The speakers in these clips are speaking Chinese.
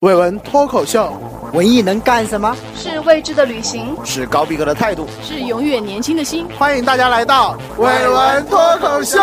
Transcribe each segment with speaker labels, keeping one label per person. Speaker 1: 伟文脱口秀，
Speaker 2: 文艺能干什么？
Speaker 3: 是未知的旅行，
Speaker 4: 是高逼格的态度，
Speaker 5: 是永远年轻的心。
Speaker 1: 欢迎大家来到伟文脱口秀。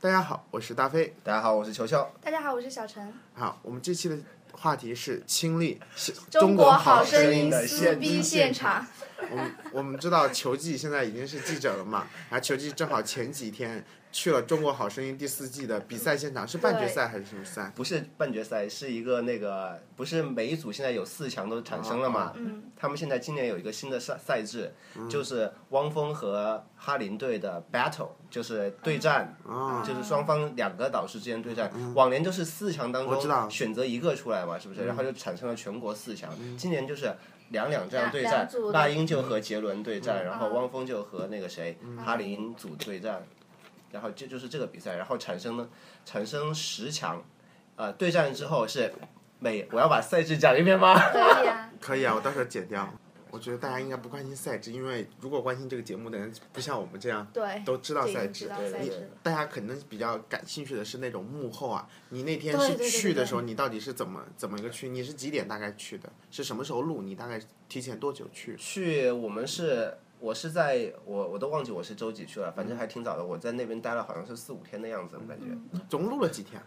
Speaker 1: 大家好，我是大飞。
Speaker 4: 大家好，我是球球。
Speaker 3: 大家好，我是小陈。
Speaker 1: 好，我们这期的话题是亲历是
Speaker 3: 中
Speaker 1: 国
Speaker 3: 国好
Speaker 1: 声
Speaker 3: 声音撕逼现场，
Speaker 1: 我们我们知道球季现在已经是记者了嘛，然后球季正好前几天去了《中国好声音》第四季的比赛现场，是半决赛还是什么赛？
Speaker 4: 不是半决赛，是一个那个，不是每一组现在有四强都产生了嘛？
Speaker 3: 嗯，
Speaker 4: 他们现在今年有一个新的赛赛制，就是汪峰和哈林队的 battle，就是对战，
Speaker 1: 啊
Speaker 4: 就是双方两个导师之间对战。往年就是四强当
Speaker 1: 嗯我知道嗯
Speaker 4: 中选择一个出来嘛，是不是？然后就产生了全国四强。今年就是。两两这样对
Speaker 3: 两两
Speaker 4: 战
Speaker 3: 组，的
Speaker 4: 那英就和杰伦对
Speaker 1: 嗯
Speaker 4: 战，然后汪峰就和那个谁哈林组对战，然后这就是这个比赛，然后产生呢产生十强，呃，对战之后是每我要把赛制讲一遍吗？
Speaker 3: 可以啊，
Speaker 1: 可以啊，我到时候剪掉。我觉得大家应该不关心赛制，因为如果关心这个节目的人，不像我们这样
Speaker 3: 对，
Speaker 1: 都知道赛
Speaker 3: 已经知
Speaker 1: 制
Speaker 3: 道。
Speaker 4: 对
Speaker 3: 赛
Speaker 1: 你
Speaker 3: 制。
Speaker 1: 大家可能比较感兴趣的是那种幕后啊，你那天
Speaker 3: 对对对
Speaker 1: 是去的时候，
Speaker 3: 对
Speaker 1: 你到底是怎么怎么一个去？你是几点大概去的？是什么时候录？你大概提前多久去？
Speaker 4: 去我们是我是在我我都忘记我是周几去了，反正还挺早的。我在那边待了好像是四五天的样子，我感觉
Speaker 1: 总共录了几天？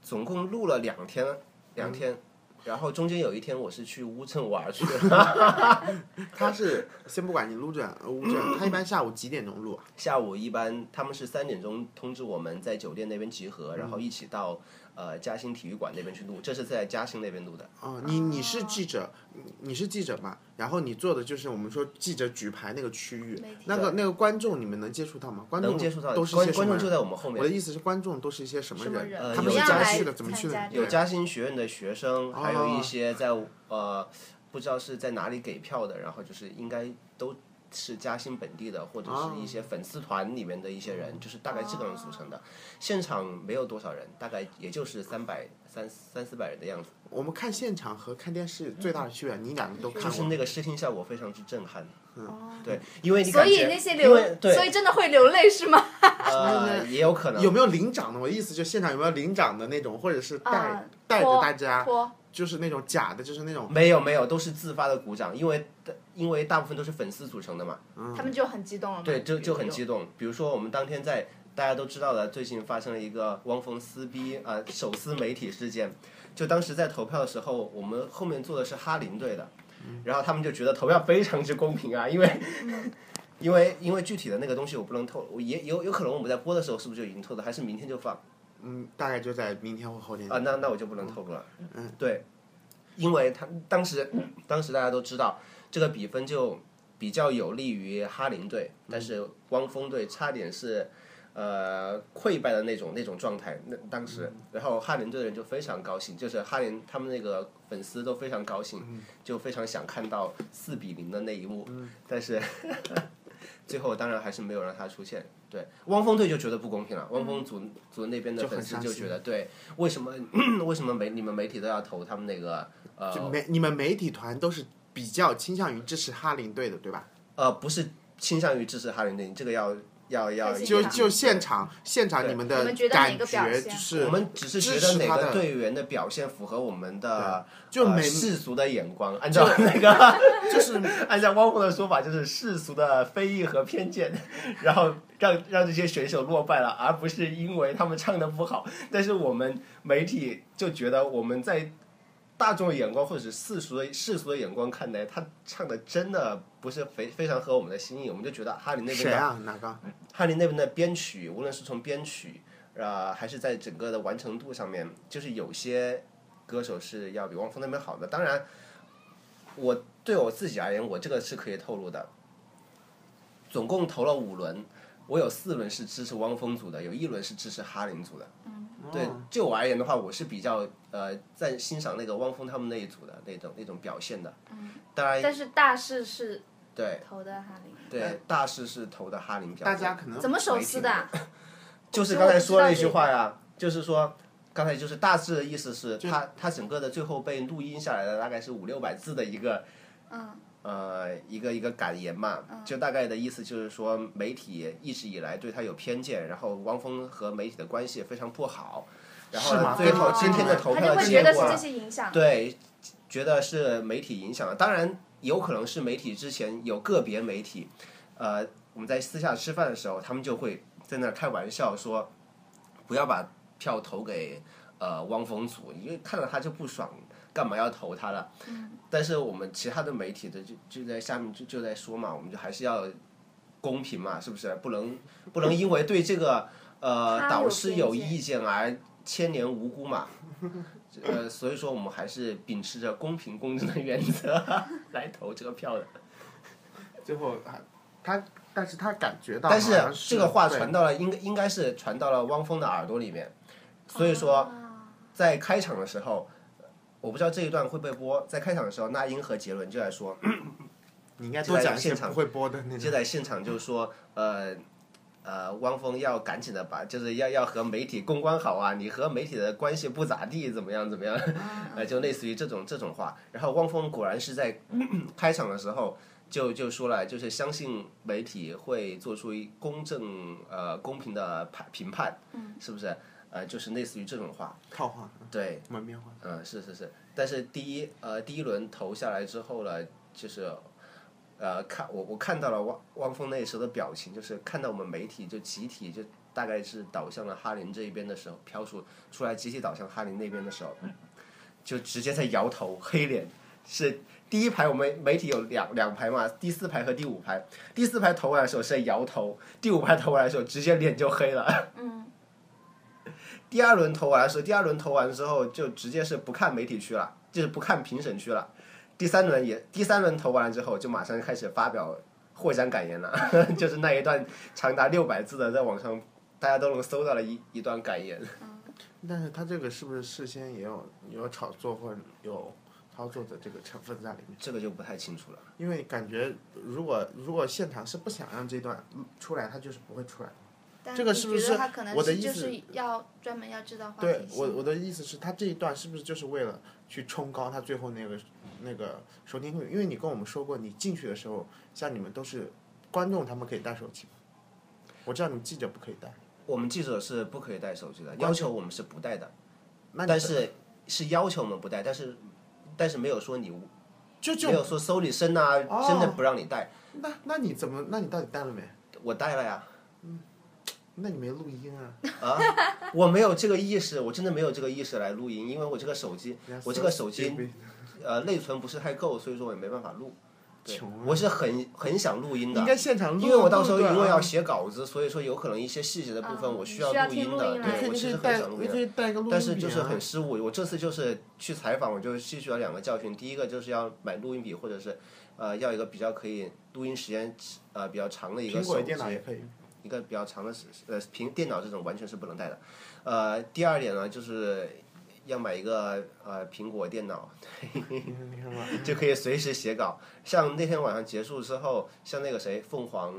Speaker 4: 总共录了两天，
Speaker 1: 嗯
Speaker 4: 两天。然后中间有一天我是去乌镇玩去 了，
Speaker 1: 他是先不管你录着呃录着，他一般下午几点钟录啊？
Speaker 4: 下午一般他们是三点钟通知我们在酒店那边集合，
Speaker 1: 嗯
Speaker 4: 然后一起到呃嘉兴体育馆那边去录，这是在嘉兴那边录的。
Speaker 1: 哦，你你是记者，你你是记者嘛？然后你做的就是我们说记者举牌那个区域
Speaker 3: 媒体，
Speaker 1: 那个那个观众，你们能接触到吗？观众
Speaker 4: 能接触到
Speaker 1: 都是一
Speaker 4: 观
Speaker 1: 些什
Speaker 4: 观
Speaker 1: 么
Speaker 4: 众就
Speaker 1: 人？
Speaker 4: 在我们后面
Speaker 1: 我的。意思是，观众都是一些什么
Speaker 3: 什么
Speaker 1: 人？
Speaker 3: 人
Speaker 1: 他们
Speaker 4: 有
Speaker 1: 是
Speaker 4: 家
Speaker 1: 家去
Speaker 4: 去
Speaker 1: 的，怎么去
Speaker 3: 参
Speaker 1: 的
Speaker 3: 加？这
Speaker 4: 有
Speaker 3: 个
Speaker 4: 嘉兴学院的学生，还有
Speaker 1: 哦
Speaker 4: 一些在呃不知道是在哪里给票的，然后就是应该都是嘉兴本地的，或者
Speaker 1: 哦
Speaker 4: 是一些粉丝团里面的一些人，就是大概这个样组成的。现场没有多少人，大概也就是三百三三四百人的样子，
Speaker 1: 我们看现场和看电视最大的区别，你两个都看
Speaker 4: 就是
Speaker 1: 过。
Speaker 4: 那个视听效果非常之震撼。
Speaker 1: 嗯
Speaker 3: 哦
Speaker 4: 对，因为你
Speaker 3: 所
Speaker 4: 感
Speaker 3: 以
Speaker 4: 觉
Speaker 3: 那些
Speaker 4: 因为
Speaker 3: 流，所以
Speaker 4: 对
Speaker 3: 真的会流泪是吗？
Speaker 4: 呃也有可能
Speaker 1: 有没有领奖的？我的意思就现场有没有领奖的那种，或者是带、
Speaker 3: 啊
Speaker 1: 带着
Speaker 3: 托
Speaker 1: 大家，
Speaker 3: 脱
Speaker 1: 就是那种假的，就是那种
Speaker 4: 没有没有都是自发的鼓掌，因为因为大部分都是粉丝组成的嘛。
Speaker 3: 他们就很激动了嘛。
Speaker 4: 对，就就很
Speaker 3: 有。
Speaker 4: 激动。比如说，我们当天在大家都知道的，最近发生了一个汪峰撕逼啊、呃手撕媒体事件。就当时在投票的时候，我们后面坐的是哈林队的，然后他们就觉得投票非常之公平啊，因为、 因为因为具体的那个东西我不能透，我也有有可能我们在播的时候是不是就已经透了，还是明天就放
Speaker 1: 嗯，大概就在明天或后天
Speaker 4: 啊？那那我就不能透露了。嗯，对，因为他当时当时大家都知道这个比分就比较有利于哈林队，但是汪峰队差点是呃溃败的那种那种状态。那当时，
Speaker 1: 嗯
Speaker 4: 然后哈林队的人就非常高兴，就是哈林他们那个粉丝都非常高
Speaker 1: 嗯
Speaker 4: 兴，就非常想看到四比零的那一幕，但是。 最后当然还是没有让他出现。对，汪峰队就觉得不公平了，汪峰组组那边
Speaker 1: 嗯
Speaker 4: 的
Speaker 1: 就很
Speaker 4: 粉丝
Speaker 1: 伤
Speaker 4: 就
Speaker 1: 心
Speaker 4: 觉得，对，为什么 为什么媒你们媒体都要投他们那个呃
Speaker 1: 就媒你们媒体团都是比较倾向于支持哈林队的，对吧？
Speaker 4: 呃，不是倾向于支持哈林顿，这个要要要
Speaker 3: 看现
Speaker 1: 就
Speaker 3: 场
Speaker 1: 就现场现场
Speaker 4: 对
Speaker 1: 你们
Speaker 3: 啊你
Speaker 1: 的
Speaker 3: 们觉得
Speaker 1: 感
Speaker 3: 哪个表
Speaker 1: 觉
Speaker 3: 现
Speaker 1: 就是
Speaker 4: 我们只是觉
Speaker 1: 支
Speaker 4: 得
Speaker 1: 持
Speaker 4: 哪
Speaker 1: 他
Speaker 4: 个
Speaker 1: 的，
Speaker 4: 队员的表现符合我们的
Speaker 1: 就
Speaker 4: 呃
Speaker 1: 每
Speaker 4: 世俗的眼光，按照那 个就是 按照汪峰的说法，就是世俗的非议和偏见，然后让让这些选手落败了，而不是因为他们唱的不好。但是我们媒体就觉得我们在。大众的眼光或者是世俗的世俗的眼光看待他唱的真的不是非非常合我们的心意，我们就觉得哈林那嗯边
Speaker 1: 谁
Speaker 4: 的
Speaker 1: 啊？哪个？
Speaker 4: 哈林那边的编曲，无论是从编曲，呃，还是在整个的完成度上面，就是有些歌手是要比汪峰那边好的。当然，我对我自己而言，我这个是可以透露的。总共投了五轮，我有四轮是支持汪峰组的，有一轮是支持哈林组的。对，就我而言的话，我是比较呃在欣赏那个汪峰他们那一组的那种那种表现的。当然，
Speaker 3: 但是大势是
Speaker 4: 对
Speaker 3: 投的哈林，
Speaker 4: 对，大势是投的哈林比较
Speaker 1: 大
Speaker 4: 多。
Speaker 1: 家可能
Speaker 3: 怎么手撕的啊？
Speaker 4: 就是刚才说了一句话呀，就是说刚才就是大致的意思是，他他整个的最后被录音下来的大概是五六百字的一个，嗯，嗯呃一个一个感言嘛，就大概的意思就是说，媒体一直以来对他有偏见，然后汪峰和媒体的关系非常不好，然后
Speaker 1: 是吗
Speaker 4: 呢最后
Speaker 1: 哦
Speaker 4: 今天的投
Speaker 3: 他
Speaker 4: 票
Speaker 3: 就会
Speaker 4: 结
Speaker 3: 觉得是
Speaker 4: 果啊
Speaker 3: 这些影响，
Speaker 4: 对，觉得是媒体影响了。当然，有可能是媒体之前有个别媒体，呃，我们在私下吃饭的时候，他们就会在那儿开玩笑说，不要把票投给呃汪峰组，因为看到他就不爽，干嘛要投他了？但是我们其他的媒体的就就在下面就就在说嘛，我们就还是要公平嘛，是不是？不能不能因为对这个呃
Speaker 3: 他有
Speaker 4: 导师有
Speaker 3: 偏见
Speaker 4: 意见而牵连无 辜嘛。呃，所以说我们还是秉持着公平公正的原则 来投这个票的。
Speaker 1: 最后还他，但是他感觉到好
Speaker 4: 但
Speaker 1: 像，
Speaker 4: 是这个话
Speaker 1: 对
Speaker 4: 传到了应该应该是传到了汪峰的耳朵里面，所以
Speaker 3: 哦
Speaker 4: 说在开场的时候，我不知道这一段会不会播。在开场的时候，那英和杰伦就在说，
Speaker 1: 你应该多讲一些
Speaker 4: 现场
Speaker 1: 不会播的那
Speaker 4: 就
Speaker 1: 种。
Speaker 4: 在现场就说，呃呃，汪峰要赶紧的把，就是要要和媒体公关好啊，你和媒体的关系不咋地，怎么样怎么样，呃，就类似于这种这种话。然后汪峰果然是在 开场的时候就就说了，就是相信媒体会做出一公正呃公平的判评判，是不是？呃，就是类似于这种话，
Speaker 1: 套话，
Speaker 4: 对。
Speaker 1: 门面话。
Speaker 4: 嗯，是是是，但是第一呃第一轮投下来之后呢，就是呃看我我看到了汪汪峰那时候的表情，就是看到我们媒体就集体就大概是倒向了哈林这一边的时候，飘出出来集体倒向哈林那边的时候，就直接在摇头黑脸，是第一排我们媒体有两两排嘛，第四排和第五排，第四排投完的时候是在摇头，第五排投完的时候直接脸就黑了。
Speaker 3: 嗯，
Speaker 4: 第二轮投完的时候，第二轮投完之后就直接是不看媒体区了，就是不看评审区了。第三轮也，第三轮投完了之后，就马上开始发表获奖感言了， 就是那一段长达六百字的，在网上大家都能搜到的一一段感言。
Speaker 1: 但是他这个是不是事先也有有炒作或者有操作的这个成分在里面？
Speaker 4: 这个就不太清楚了。
Speaker 1: 因为感觉如果如果现场是不想让这段出来，他就是不会出来。
Speaker 3: 但
Speaker 1: 这个
Speaker 3: 你
Speaker 1: 是不
Speaker 3: 觉
Speaker 1: 是
Speaker 3: 得他可能
Speaker 1: 我的
Speaker 3: 是
Speaker 1: 意
Speaker 3: 就
Speaker 1: 思
Speaker 3: 是要专门要制造话
Speaker 1: 对
Speaker 3: 题性
Speaker 1: 我我的意思是，他这一段是不是就是为了去冲高他最后那个那个收听率？因为你跟我们说过，你进去的时候，像你们都是观众，他们可以带手机吗我知道你们记者不可以带，
Speaker 4: 我们记者是不可以带手机的，要求我们是不带的，
Speaker 1: 那你
Speaker 4: 但是是要求我们不带，但是但是没有说你
Speaker 1: 就
Speaker 4: 没
Speaker 1: 就
Speaker 4: 有说搜你身啊，
Speaker 1: 哦
Speaker 4: 真的不让你带。
Speaker 1: 那那你怎么？那你到底带了没？
Speaker 4: 我带了呀。
Speaker 1: 那你没录音啊？
Speaker 4: 啊， 我没有这个意识，我真的没有这个意识来录音，因为我这个手机，我这个手机呃内存不是太够，所以说我也没办法录。对
Speaker 1: 穷啊，
Speaker 4: 我是很很想录音
Speaker 1: 应
Speaker 4: 的，
Speaker 1: 该现场录，
Speaker 4: 因为我到时候
Speaker 1: 录
Speaker 4: 因
Speaker 1: 段
Speaker 4: 为
Speaker 1: 啊
Speaker 4: 要写稿子，所以说有可能一些细节的部分
Speaker 3: 啊
Speaker 1: 嗯
Speaker 4: 我
Speaker 3: 你
Speaker 4: 需
Speaker 3: 需要
Speaker 4: 录
Speaker 3: 听录
Speaker 4: 的，
Speaker 3: 音来
Speaker 1: 对，
Speaker 4: 对
Speaker 1: 你可
Speaker 4: 我其
Speaker 1: 以
Speaker 4: 实很
Speaker 1: 带，
Speaker 4: 想录
Speaker 1: 你
Speaker 4: 音
Speaker 1: 可
Speaker 4: 的。
Speaker 1: 以带个录音笔啊
Speaker 4: 但是就是很失误，我这次就是去采访，我就吸取了两个教训。第一个就是要买录音笔，或者是呃要一个比较可以录音时间呃比较长的一个
Speaker 1: 苹
Speaker 4: 手
Speaker 1: 果
Speaker 4: 机。
Speaker 1: 电脑也可以，
Speaker 4: 一个比较长的时呃平电脑这种完全是不能带的。呃，第二点呢，就是要买一个呃苹果电脑，
Speaker 1: 你看吧，
Speaker 4: 就可以随时写稿。像那天晚上结束之后，像那个谁凤凰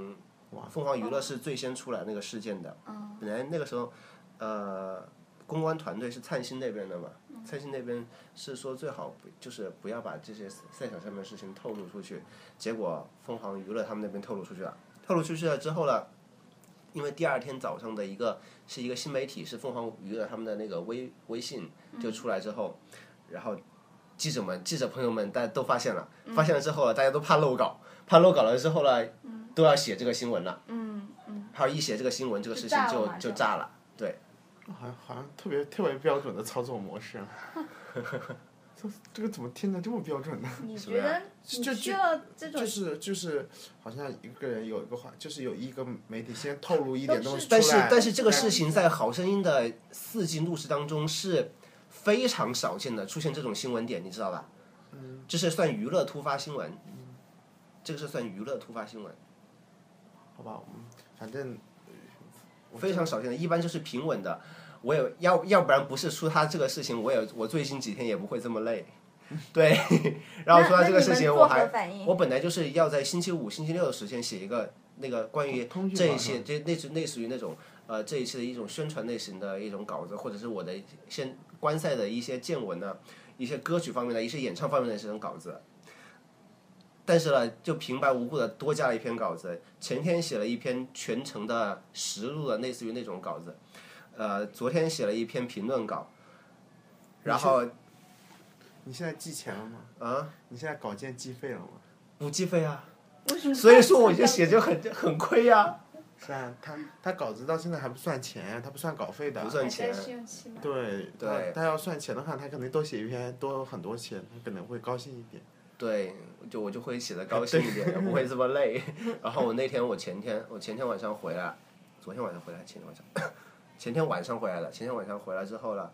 Speaker 4: 凤凰娱乐是最先出来那个事件的，本来那个时候呃公关团队是灿星那边的嘛，
Speaker 3: 嗯
Speaker 4: 灿星那边是说最好不就是不要把这些赛场上面的事情透露出去，结果凤凰娱乐他们那边透露出去了，透露出去了之后呢，因为第二天早上的一个是一个新媒体是凤凰娱乐他们的那个微微信
Speaker 3: 嗯
Speaker 4: 就出来之后，然后记者们记者朋友们大家都发现了，
Speaker 3: 嗯
Speaker 4: 发现了之后呢，大家都怕漏稿，怕漏稿了之后呢，都要写这个新闻了，
Speaker 3: 嗯嗯，
Speaker 4: 还有一写这个新闻，这个事情
Speaker 3: 就炸了
Speaker 4: 就
Speaker 3: 嘛
Speaker 4: 就
Speaker 3: 就
Speaker 4: 炸了，对。
Speaker 1: 好像好像特别特别标准的操作模式 啊，这这个怎么听着这么标准呢？
Speaker 3: 你
Speaker 4: 什么
Speaker 3: 觉
Speaker 4: 呀
Speaker 3: 得你
Speaker 1: 就
Speaker 3: 需要这种
Speaker 1: 就是就是，好像一个人有一个话，就是有一个媒体先透露一点东西出来，
Speaker 4: 但是但是这个事
Speaker 1: 然
Speaker 4: 情在《好声音》的四季录制当中是非常少见的，出现这种新闻点，你知道吧？嗯，这是算娱乐突发新闻，
Speaker 1: 嗯
Speaker 4: 这个是算娱乐突发新闻，
Speaker 1: 后好吧，嗯反正我
Speaker 4: 非常少见的，一般就是平稳的。我也要要不然不是出他这个事情，我也我最近几天也不会这么累。 对，然后说到这个事情，我还我本来就是要在星期五、星期六的时间写一个那个关于
Speaker 1: 通讯
Speaker 4: 这一
Speaker 1: 网
Speaker 4: 些，这类似类似于那种呃这一期的一种宣传类型的一种稿子，或者是我的现观啊赛的一些见闻呢、一些歌曲方面的、一些演唱方面的这种稿子。但是呢，就平白无故的多加了一篇稿子。前天写了一篇全程的实录的，类似于那种稿子，呃，昨天写了一篇评论稿，然后
Speaker 1: 你现在寄钱了吗？
Speaker 4: 啊
Speaker 1: 你现在稿件计费了吗？
Speaker 4: 不计费啊，
Speaker 3: 为什么？
Speaker 4: 所以说我就写就很很亏呀、
Speaker 1: 是啊，他他稿子到现在还不算钱，他不算稿费的
Speaker 4: 不。算
Speaker 3: 还
Speaker 4: 钱
Speaker 3: 在。试用期吗？
Speaker 1: 对
Speaker 4: 对
Speaker 1: 他他要算钱的话，他肯定多写一篇多很多钱，他可能会高兴一点。
Speaker 4: 对，就我就会写的高兴一点，也不会这么累。然后我那天，我前天，我前天晚上回来，昨天晚上回来，前天晚上，前天晚上回来了，前天晚上回来之后呢，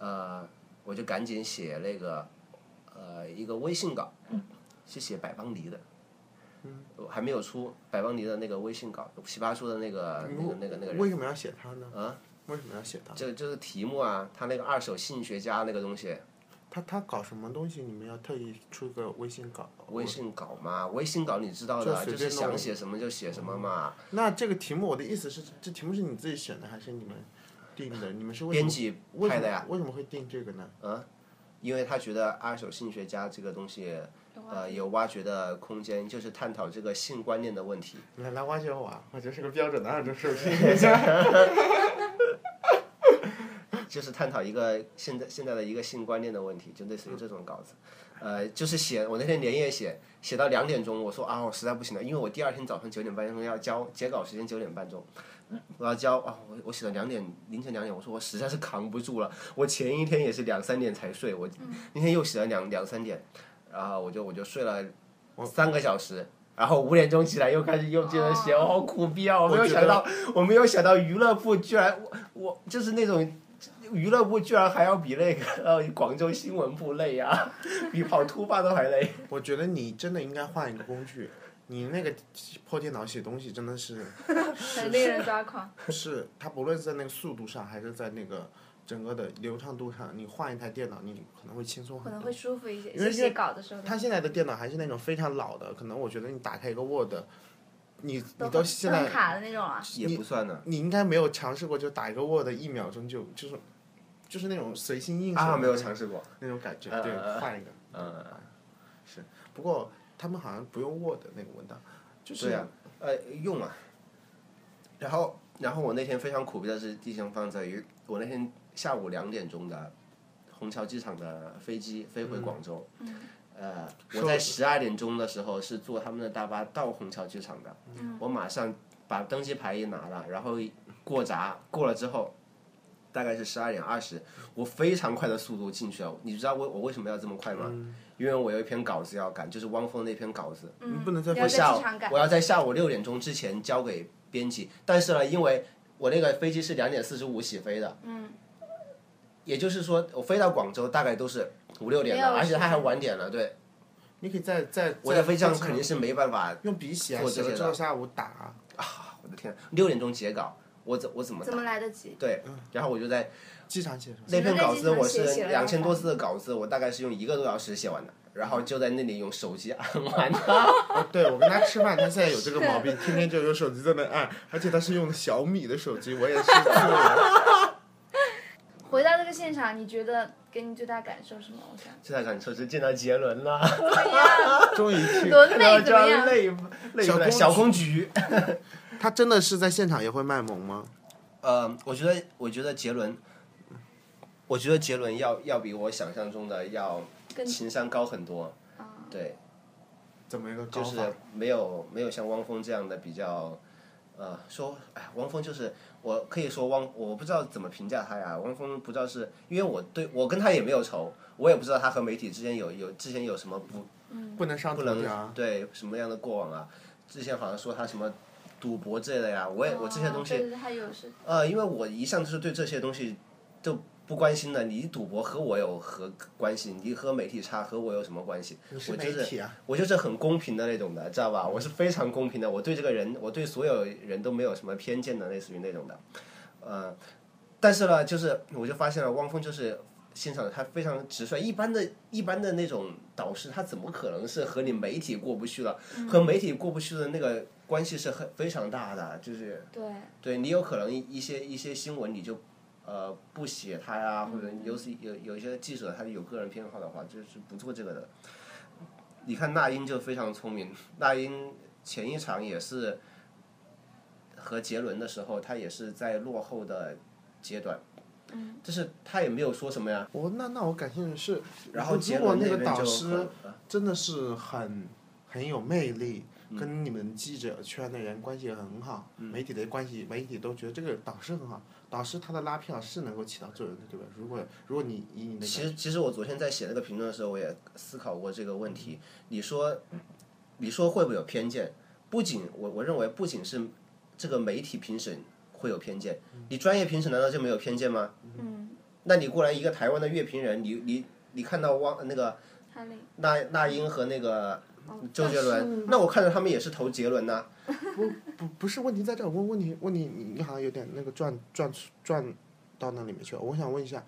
Speaker 4: 呃，我就赶紧写那个，呃，一个微信稿，是写百邦尼的，我还没有出百邦尼的那个微信稿，奇葩说的那
Speaker 1: 嗯
Speaker 4: 个那个那个那个人
Speaker 1: 为什么要写他呢？
Speaker 4: 啊，
Speaker 1: 为什么哦要写他？
Speaker 4: 就就是题目啊，他那个二手性学家那个东西，
Speaker 1: 他他搞什么东西？你们要特意出个微信稿？
Speaker 4: 微信稿嘛，微信稿你知道的，
Speaker 1: 就随
Speaker 4: 就
Speaker 1: 便
Speaker 4: 是想
Speaker 1: 弄
Speaker 4: 写什么就写什么嘛。
Speaker 1: 那这个题目，我的意思是，这题目是你自己选的还是你们定的？你们是为什
Speaker 4: 编
Speaker 1: 么
Speaker 4: 辑
Speaker 1: 为什
Speaker 4: 派
Speaker 1: 么
Speaker 4: 的呀，
Speaker 1: 为什么会定这个呢？
Speaker 4: 因为他觉得二手性学家这个东西，呃，有挖掘的空间，就是探讨这个性观念的问题。
Speaker 1: 来来挖掘我啊！我就是个标准的二周手机。
Speaker 4: 就是探讨一个现在现在的一个性观念的问题，就类似于这种稿子，呃，就是写我那天连夜写，写到两点钟，我说啊，我实在不行了，因为我第二天早上九点半钟要交截稿，时间九点半钟，我要交啊，我我写到两点凌晨两点，我说我实在是扛不住了，我前一天也是两三点才睡，我那天又写了两两三点，然后我就我就睡了三个小时。然后五点钟起来又开始又接着写，我、好苦逼啊！我没有
Speaker 1: 我觉得
Speaker 4: 想到，我没有想到娱乐部居然我我就是那种娱乐部居然还要比那个呃广州新闻部累啊呀、比跑突发都还累。
Speaker 1: 我觉得你真的应该换一个工具。你那个破电脑写东西真的是
Speaker 3: 很令人抓狂。
Speaker 1: 是，它不论是在那个速度上，还是在那个整个的流畅度上，你换一台电脑，你可能会轻松
Speaker 3: 可
Speaker 1: 很
Speaker 3: 能
Speaker 1: 多。
Speaker 3: 会舒服一些。
Speaker 1: 因为
Speaker 3: 写写稿的时候，
Speaker 1: 它现在的电脑还是那种非常老的，可能我觉得你打开一个 Word，你你
Speaker 3: 都
Speaker 1: 都
Speaker 3: 很
Speaker 1: 现
Speaker 3: 都很
Speaker 1: 在
Speaker 3: 卡的那种啊。
Speaker 4: 也不算呢。
Speaker 1: 你应该没有尝试过，就打一个 Word 一秒钟就就是就是那种随心应手
Speaker 4: 啊，
Speaker 1: 的
Speaker 4: 没有尝试过。
Speaker 1: 那种感觉，
Speaker 4: 呃
Speaker 1: 对
Speaker 4: 呃，
Speaker 1: 换一个，
Speaker 4: 呃
Speaker 1: 是。不过他们好像不用 Word 那个文档，就是
Speaker 4: 对啊呃，用啊。然后，然后我那天非常苦逼的是，地形放在于我那天下午两点钟的虹桥机场的飞机飞回广州。呃，我在十二点钟的时候是坐他们的大巴到虹桥机场的。我马上把登机牌一拿了，然后过闸过了之后。大概是十二点二十，我非常快的速度进去了。你知道我我为什么要这么快吗？因为我有一篇稿子要赶，就是汪峰那篇稿子。
Speaker 1: 你不能再
Speaker 3: 嗯要
Speaker 1: 分
Speaker 3: 在
Speaker 1: 享。
Speaker 4: 下
Speaker 3: 机
Speaker 4: 午
Speaker 3: 场赶
Speaker 4: 我要在下午六点钟之前交给编辑，但是呢，因为我那个飞机是两点四十五起飞的，嗯，也就是说我飞到广州大概都是五六点
Speaker 3: 没
Speaker 4: 了，
Speaker 3: 有
Speaker 4: 而且
Speaker 3: 时
Speaker 4: 他
Speaker 3: 间
Speaker 4: 还晚点了，对，
Speaker 1: 你可以在在
Speaker 4: 我在飞机上肯定是没办法，
Speaker 1: 用笔写啊，
Speaker 4: 做
Speaker 1: 写
Speaker 4: 这些
Speaker 1: 了
Speaker 4: 的
Speaker 1: 之后下午打，
Speaker 4: 我的天，六点钟截稿，我怎我怎么
Speaker 3: 怎么来得及？
Speaker 4: 对，然后我就在
Speaker 1: 机场写什么？
Speaker 4: 那篇稿子我是
Speaker 3: 只能在机场写写了
Speaker 4: 两
Speaker 3: 两
Speaker 4: 千
Speaker 3: 天
Speaker 4: 多字的稿子，我大概是用一个多小时写完的，然后就在那里用手机啊按完的，
Speaker 1: 哦，对，我跟他吃饭，他现在有这个 毛病，天天就有手机在那按，而且他是用的小米的手机，我也是自我。
Speaker 3: 回到这个现场，你觉得给你最大感受是什么？我 想，
Speaker 4: 这台感 受是见到杰伦了，
Speaker 1: 终于去，
Speaker 3: 伦
Speaker 4: 然后
Speaker 3: 妹
Speaker 4: 就
Speaker 3: 怎么
Speaker 4: 要
Speaker 3: 样？
Speaker 4: 累累
Speaker 1: 小
Speaker 4: 不来，
Speaker 1: 公
Speaker 4: 小
Speaker 1: 举
Speaker 4: 公举。
Speaker 1: 他真的是在现场也会卖萌吗？
Speaker 4: 呃，我觉得，我觉得杰伦，我觉得杰伦要要比我想象中的要
Speaker 3: 更
Speaker 4: 情商高很多，
Speaker 3: 啊，
Speaker 4: 对，
Speaker 1: 怎么一个
Speaker 4: 就
Speaker 1: 高
Speaker 4: 是
Speaker 1: 法？
Speaker 4: 没有没有像汪峰这样的比较，呃，说，哎，汪峰就是我可以说汪，我不知道怎么评价他呀，汪峰不知道是因为我对我跟他也没有仇，我也不知道他和媒体之间有有之前有什么不
Speaker 1: 不能上
Speaker 4: 不
Speaker 1: 头
Speaker 4: 能
Speaker 1: 条啊，
Speaker 4: 对什么样的过往啊，之前好像说他什么赌博之类的呀，我也我这些东西
Speaker 3: 哦对对对还有是
Speaker 4: 呃，因为我一向就是对这些东西都不关心的。你赌博和我有何关系？你和媒体差和我有什么关系？
Speaker 1: 你是
Speaker 4: 我就
Speaker 1: 媒
Speaker 4: 是
Speaker 1: 体啊，
Speaker 4: 我就是很公平的那种的，知道吧？我是非常公平的，我对这个人，我对所有人都没有什么偏见的，类似于那种的。呃，但是呢，就是我就发现了汪峰就是现场他非常直率，一般的一般的那种导师，他怎么可能是和你媒体过不去了？和媒体过不去的那个关系是很非常大的，就是。
Speaker 3: 对，
Speaker 4: 对你有可能一些一些新闻你就呃不写它呀，或者有有有一些记者他有个人偏好的话，就是不做这个的。你看那英就非常聪明，那英前一场也是和杰伦的时候，他也是在落后的阶段，嗯，就是他也没有说什么呀。
Speaker 1: 我那那我感兴趣是，
Speaker 4: 然后杰
Speaker 1: 中国
Speaker 4: 伦
Speaker 1: 那嗯个
Speaker 4: 边
Speaker 1: 导
Speaker 4: 就
Speaker 1: 师
Speaker 4: 很
Speaker 1: 真的是很很有魅力，跟你们记者圈的人关系也很好，媒体的关系，媒体都觉得这个导师很好，导师他的拉票是能够起到作用的，对吧？如果如果你以你的
Speaker 4: 嗯其实，其实我昨天在写那个评论的时候，我也思考过这个问题。
Speaker 1: 嗯
Speaker 4: 你说，你说会不会有偏见？不仅我我认为，不仅是这个媒体评审会有偏见，
Speaker 1: 嗯
Speaker 4: 你专业评审难道就没有偏见吗？
Speaker 3: 嗯，
Speaker 4: 那你过来一个台湾的乐评人，你你你看到汪那个
Speaker 3: 哈林，
Speaker 4: 那那英和那个周杰
Speaker 1: 但是
Speaker 4: 伦，那我看着他们也是投杰伦呐、
Speaker 1: 不不是问题在这儿，我问问题问题你你好像有点那个转转转到那里面去了。我想问一下，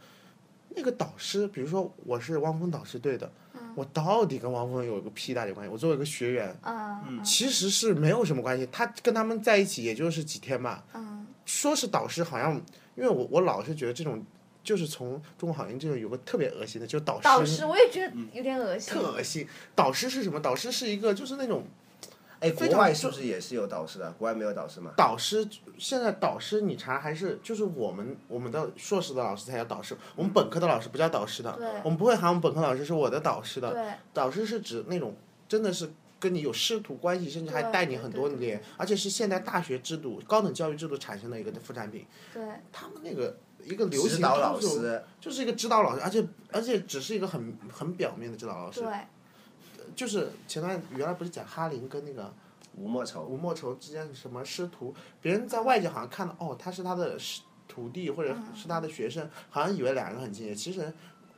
Speaker 1: 那个导师，比如说我是汪峰导师队的，我到底跟汪峰有一个屁大点关系？我作为一个学员，
Speaker 3: 嗯
Speaker 1: 其实是没有什么关系。他跟他们在一起也就是几天吧。
Speaker 3: 嗯
Speaker 1: 说是导师，好像因为我我老是觉得这种就是从中国好音这种有个特别恶心的，就是导师
Speaker 3: 导师我也觉得有点恶心
Speaker 1: 特，恶心。导师是什么？导师是一个就是那种
Speaker 4: 哎，
Speaker 1: 非
Speaker 4: 国
Speaker 1: 常
Speaker 4: 外是不是也是有导师的？国外没有导师吗？
Speaker 1: 导师现在导师你查还是就是我们我们的硕士的老师才叫导师，我们本科的老师不叫导师的
Speaker 3: 对，
Speaker 1: 我们不会喊我们本科老师是我的导师的，
Speaker 3: 对，
Speaker 1: 导师是指那种真的是跟你有师徒关系，甚至还
Speaker 3: 对
Speaker 1: 带你很多
Speaker 3: 对对
Speaker 1: 年，而且是现代大学制度、高等教育制度产生的一个副产品。
Speaker 3: 对，
Speaker 1: 他们那个一个流
Speaker 4: 指
Speaker 1: 行
Speaker 4: 导
Speaker 1: 通
Speaker 4: 老
Speaker 1: 俗
Speaker 4: 师，
Speaker 1: 就是一个指导老师，而且而且只是一个很很表面的指导老师，
Speaker 3: 对，
Speaker 1: 就是前段原来不是讲哈林跟那个。
Speaker 4: 吴莫愁。
Speaker 1: 吴莫愁之间什么师徒，别人在外界好像看到哦，他是他的师徒弟或者
Speaker 3: 嗯
Speaker 1: 是他的学生，好像以为两个人很亲近。其实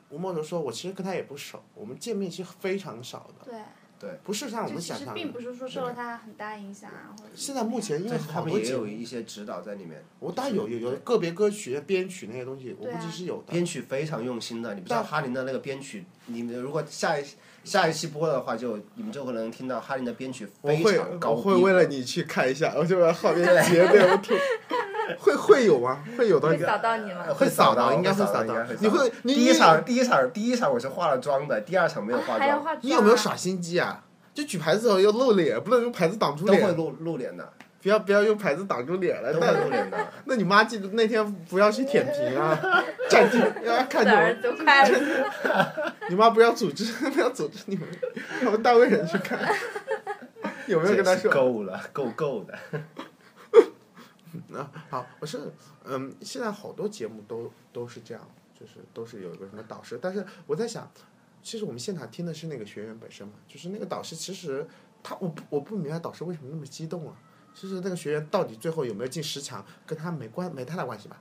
Speaker 1: 吴莫愁说，我其实跟他也不熟，我们见面其实非常少的，
Speaker 3: 对，
Speaker 1: 不是像我
Speaker 3: 就
Speaker 1: 们
Speaker 3: 其
Speaker 1: 想
Speaker 3: 实
Speaker 1: 象
Speaker 3: 并
Speaker 1: 的。
Speaker 3: 不是说受了他很大影响啊，或者
Speaker 1: 现在目前因为
Speaker 4: 但是他
Speaker 1: 好
Speaker 4: 们
Speaker 1: 多
Speaker 4: 也
Speaker 1: 节
Speaker 4: 有
Speaker 1: 目，
Speaker 4: 一些指导在里面。
Speaker 1: 我当然有有有个别歌曲编曲那些东西，我
Speaker 3: 对
Speaker 1: 估
Speaker 3: 啊
Speaker 1: 计是有的。
Speaker 4: 编曲非常用心的，你不知道哈林的那个编曲，你们如果下一下一期播的话就，你们就可能听到哈林的编曲非常高逼格
Speaker 1: 你去看一下，我就把后面截给我吐。会会有吗？会有
Speaker 3: 会扫到你吗？
Speaker 4: 会扫
Speaker 1: 会扫到
Speaker 4: 应该
Speaker 1: 会扫到
Speaker 4: 到，应该会
Speaker 1: 你会
Speaker 4: 扫到
Speaker 1: 你
Speaker 4: 第一场第一场第一场我是化了妆的，第二场没有化
Speaker 3: 还要
Speaker 4: 妆，
Speaker 3: 化妆？
Speaker 1: 啊你有没有耍心机啊？就举牌子的时候要露脸，不能用牌子挡住
Speaker 4: 都会
Speaker 1: 脸。啊
Speaker 4: 露露脸的，
Speaker 1: 不要不要用牌子挡住脸了。
Speaker 4: 都会
Speaker 1: 那
Speaker 4: 露脸 的。
Speaker 1: 那你妈记得那天不要去舔屏 啊，暂停，要
Speaker 3: 我
Speaker 1: 看
Speaker 3: 的
Speaker 1: 见
Speaker 3: 儿
Speaker 1: 我，
Speaker 3: 子啊快 乐，
Speaker 1: 你妈不要组织，不要组织你们，他们单位人去 看。有没有跟他
Speaker 4: 这是
Speaker 1: 说？
Speaker 4: 够了，够够的。
Speaker 1: 啊，好，我是嗯，现在好多节目都都是这样，就是都是有一个什么导师，但是我在想，其实我们现场听的是那个学员本身嘛，就是那个导师，其实他我不我不明白导师为什么那么激动啊，就是那个学员到底最后有没有进十强，跟他没关没太大关系吧？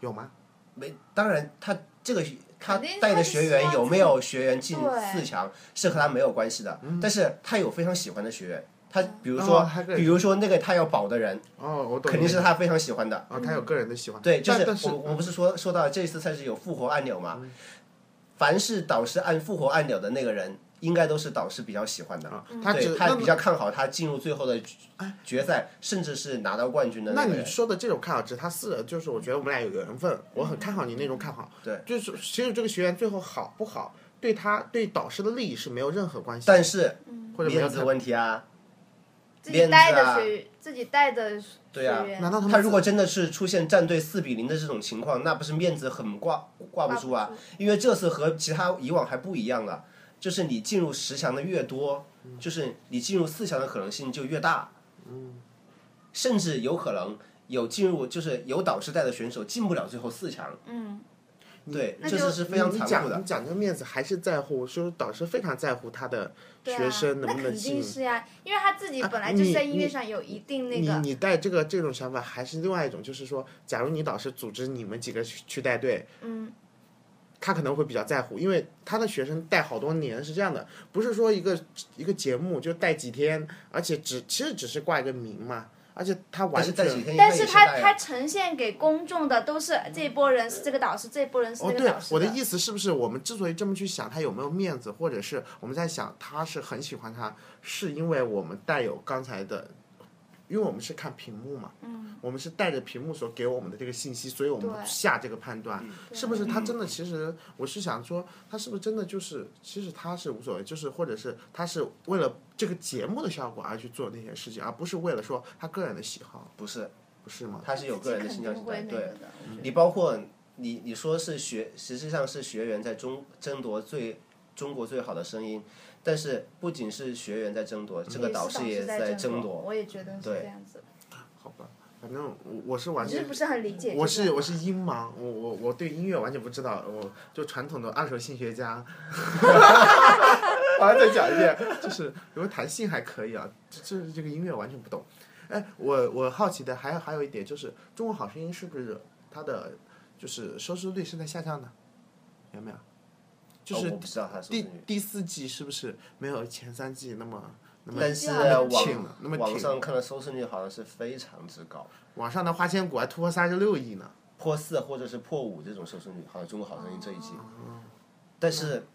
Speaker 1: 有吗？
Speaker 4: 没，当然他这个他
Speaker 3: 肯定
Speaker 4: 带
Speaker 3: 他
Speaker 4: 的
Speaker 3: 是
Speaker 4: 学
Speaker 3: 希
Speaker 4: 员
Speaker 3: 望
Speaker 4: 有
Speaker 3: 自
Speaker 4: 没
Speaker 3: 己
Speaker 4: 有学员进
Speaker 3: 对
Speaker 4: 四强是和他没有关系的，但是他有非常喜欢的学员，他比如说、
Speaker 1: 嗯哦还可以
Speaker 4: 比如说那个他要保的人，
Speaker 1: 哦，我懂，
Speaker 4: 肯定是他非常喜欢的。
Speaker 1: 啊、他有个人的喜欢，
Speaker 4: 对，就
Speaker 1: 但
Speaker 4: 是
Speaker 1: 但是嗯
Speaker 4: 我我不是说说到这次赛事有复活按钮嘛，凡是导师按复活按钮的那个人，应该都是导师比较喜欢的。
Speaker 1: 啊，他只
Speaker 4: 对他
Speaker 1: 那哎
Speaker 4: 比较看好他进入最后的决决赛，甚至是拿到冠军的
Speaker 1: 那
Speaker 4: 个
Speaker 1: 你
Speaker 4: 人。
Speaker 1: 说的这种看好，只是他私人，就是我觉得我们俩有缘分，我很看好你那种看好。
Speaker 4: 嗯对，
Speaker 1: 就是其实这个学员最后好不好，对他对导师的利益是没有任何关系的，
Speaker 4: 但是
Speaker 1: 或者没有
Speaker 4: 面
Speaker 1: 太
Speaker 4: 子问题啊，
Speaker 3: 自己
Speaker 1: 啊
Speaker 3: 带的学，自己带的学
Speaker 4: 对啊
Speaker 3: 员
Speaker 1: 难道他
Speaker 4: 他
Speaker 1: 们
Speaker 4: 如果真的是出现战队四比零的这种情况，那不是面子很挂挂不住啊？因为这次和其他以往还不一样了，就是你进入十强的越多，就是你进入四强的可能性就越大。甚至有可能有进入，就是有导师带的选手进不了最后四强。
Speaker 3: 嗯，
Speaker 4: 对，
Speaker 3: 那
Speaker 4: 这
Speaker 3: 就
Speaker 4: 次是非常
Speaker 1: 你
Speaker 4: 残酷
Speaker 1: 讲
Speaker 4: 的。
Speaker 1: 你讲这个面子还是在乎，就是导师非常在乎他的
Speaker 3: 对啊
Speaker 1: 学生能不
Speaker 3: 那
Speaker 1: 能
Speaker 3: 肯定
Speaker 1: 进。
Speaker 3: 是呀、因为他自己
Speaker 1: 啊
Speaker 3: 本来就是在
Speaker 1: 你
Speaker 3: 音乐上有一定那
Speaker 1: 你
Speaker 3: 个，
Speaker 1: 你带这个这种想法，还是另外一种，就是说，假如你导师组织你们几个去去带队，
Speaker 3: 嗯，
Speaker 1: 他可能会比较在乎，因为他的学生带好多年是这样的，不是说一个一个节目就带几天，而且只其实只是挂一个名嘛，而且他
Speaker 4: 但
Speaker 1: 完
Speaker 4: 是
Speaker 1: 全
Speaker 4: 带几天应该
Speaker 3: 但
Speaker 4: 也
Speaker 3: 是
Speaker 4: 带
Speaker 3: 他
Speaker 4: 啊
Speaker 3: 他呈现给公众的都是这一波人是这个导师，这一波人是
Speaker 1: 哦，
Speaker 3: 那个
Speaker 1: 对
Speaker 3: 导，师
Speaker 1: 我的意思是不是我们之所以这么去想他有没有面子，或者是我们在想他是很喜欢他，是因为我们带有刚才的因为我们是看屏幕嘛，我们是带着屏幕所给我们的这个信息，所以我们
Speaker 3: 嗯对嗯
Speaker 1: 下这个判断，是不是他真的？其实我是想说，他是不是真的就是，其实他是无所谓，就是或者是他是为了这个节目的效果而去做那些事情，而不是为了说他个人的喜好，
Speaker 4: 不是，
Speaker 1: 不是吗？
Speaker 4: 他是有个人的
Speaker 3: 自己
Speaker 4: 形
Speaker 3: 肯
Speaker 4: 象
Speaker 3: 定会
Speaker 4: 形态，
Speaker 3: 那
Speaker 4: 对
Speaker 3: 个。的我觉得
Speaker 4: 你包括你你说是学，实际上是学员在中争夺最中国最好的声音，但是不仅是学员在争夺，这
Speaker 3: 也
Speaker 4: 个
Speaker 3: 是
Speaker 4: 导
Speaker 3: 师
Speaker 4: 师也在争
Speaker 3: 夺，
Speaker 4: 夺。
Speaker 3: 我也觉得是
Speaker 4: 对
Speaker 3: 这样子。
Speaker 1: 好吧，反正我我是完
Speaker 3: 你是
Speaker 1: 全
Speaker 3: 不是很理解？
Speaker 1: 我是我是音盲，我我我对音乐完全不知道，我就传统的二手性学家。 我要再讲一遍，就是因为弹性还可以啊，这这这个音乐完全不懂。哎，我我好奇的还有还有一点就是，《中国好声音》是不是它的就是收视率是在下降的？有没有？就
Speaker 4: 哦
Speaker 1: 是
Speaker 4: 我不知道他是不
Speaker 1: 第
Speaker 4: 是女，
Speaker 1: 第四季是不是没有前三季那么那么
Speaker 4: 但是
Speaker 3: 那么
Speaker 4: 网
Speaker 1: 挺了那么
Speaker 4: 网
Speaker 1: 挺
Speaker 4: 上看的收视率好像是非常之高，
Speaker 1: 网上的花千骨还突破三十六亿呢？
Speaker 4: 破四或者是破五这种收视率，好像《中国好声音》这一季。但是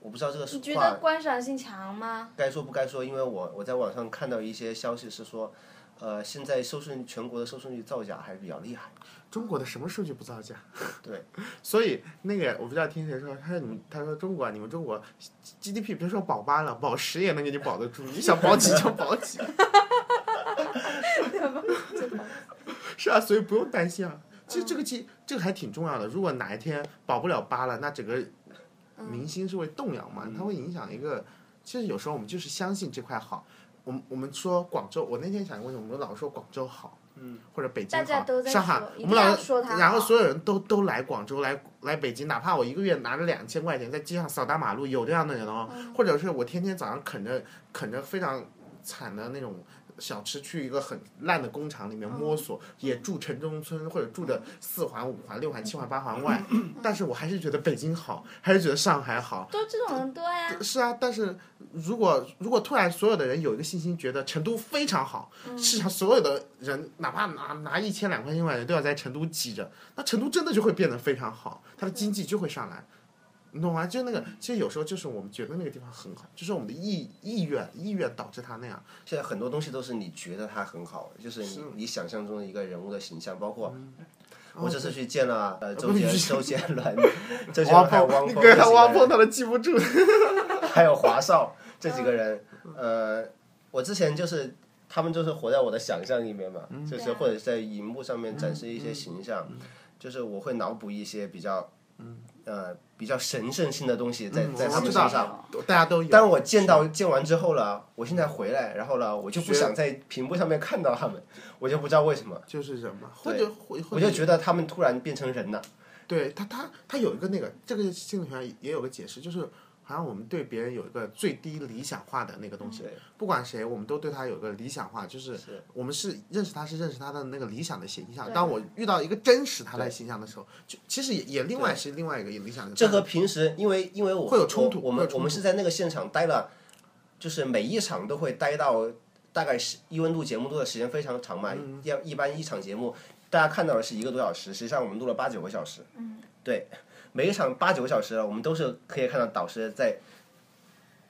Speaker 4: 我不知道这个
Speaker 3: 你觉
Speaker 4: 话
Speaker 3: 得观赏性强吗？
Speaker 4: 该说不该说，因为我我在网上看到一些消息是说，呃，现在收视率全国的收视率造假还比较厉害。
Speaker 1: 中国的什么数据不造假？
Speaker 4: 对，
Speaker 1: 所以那个我不知道听谁说，他说你们，他说中国啊，你们中国 GDP 别说保八了，保十也能给你保得住，你想保几就保几。 是啊，所以不用担心啊。其实这个机这个还挺重要的。如果哪一天保不了八了，那整个明星是会动摇嘛，它会影响一个。其实有时候我们就是相信这块好。我们我们说广州，我那天想一个问题，我们老说广州好，嗯，或者北京
Speaker 3: 大
Speaker 1: 好，
Speaker 3: 家都在
Speaker 1: 上海
Speaker 3: 说，一
Speaker 1: 我们
Speaker 3: 定要
Speaker 1: 老
Speaker 3: 说它
Speaker 1: 然后
Speaker 3: 好
Speaker 1: 所有人都都来广州来来北京，哪怕我一个月拿着两千块钱在街上扫大马路，有这样的人哦，
Speaker 3: 嗯
Speaker 1: 或者是我天天早上啃着啃着非常惨的那种小吃去一个很烂的工厂里面摸索，
Speaker 3: 嗯
Speaker 1: 也住城中村或者住着四环、五环、六环、七环、八环外，但是我还是觉得北京好，还是觉得上海好。
Speaker 3: 都这种人多呀，
Speaker 1: 是啊，但是如果如果突然所有的人有一个信心，觉得成都非常好，市场所有的人哪怕拿拿一千两块钱块钱都要在成都挤着，那成都真的就会变得非常好，它的经济就会上来，你懂吗？就那个，其实有时候就是我们觉得那个地方很好，就是我们的意意愿意愿导致它那样。
Speaker 4: 现在很多东西都是你觉得他很好，就是你你想象中的一个人物的形象，包括。
Speaker 1: 嗯
Speaker 4: 我这次去见了呃周
Speaker 1: 哦啊不是
Speaker 4: 杰
Speaker 1: 你
Speaker 4: 周杰伦， 周杰伦
Speaker 1: 汪
Speaker 4: 还有
Speaker 1: 峰，
Speaker 4: 汪
Speaker 1: 你
Speaker 4: 峰
Speaker 1: 给
Speaker 4: 这
Speaker 1: 他
Speaker 4: 几
Speaker 1: 汪
Speaker 4: 个
Speaker 1: 峰，
Speaker 4: 人
Speaker 1: 他都记不住。
Speaker 4: 还有华少这几个
Speaker 1: 嗯
Speaker 4: 人，呃，我之前就是他们就是活在我的想象里面嘛，
Speaker 1: 嗯
Speaker 4: 就是
Speaker 3: 对啊
Speaker 4: 或者在荧幕上面展示一些形象，就是我会脑补一些比较，呃，比较神圣性的东西在
Speaker 1: 嗯
Speaker 4: 在
Speaker 1: 我
Speaker 4: 他们
Speaker 1: 知
Speaker 4: 身
Speaker 1: 道
Speaker 4: 上。
Speaker 1: 大家都有。
Speaker 4: 但我见到见完之后了，我现在回来，然后呢，我就不
Speaker 1: 觉
Speaker 4: 想在屏幕上面看到他们，我就不知道为什么，
Speaker 1: 就是人嘛，或
Speaker 4: 对
Speaker 1: 者或
Speaker 4: 我
Speaker 1: 或
Speaker 4: 就
Speaker 1: 者
Speaker 4: 觉得他们突然变成人了。
Speaker 1: 对他他他有一个那个这个心理学也有个解释，就是好像我们对别人有一个最低理想化的那个
Speaker 4: 嗯
Speaker 1: 东西，不管谁，我们都对他有个理想化，就是我们是认识他是认识他的那个理想的形象。
Speaker 3: 对
Speaker 1: 当我遇到一个真实他的形象的时候，就其实也也另外是另外一个理想的。
Speaker 4: 这和平时因为因为我
Speaker 1: 会有冲突
Speaker 4: 我我
Speaker 1: 会有
Speaker 4: 们
Speaker 1: 冲突
Speaker 4: 我们是在那个现场待了，就是每一场都会待到大概是一温度节目录的时间非常长嘛，
Speaker 1: 嗯
Speaker 4: 要、一般一场节目大家看到的是一个多小时，实际上我们录了八九个小时。嗯，对，每一场八九个小时，我们都是可以看到导师在。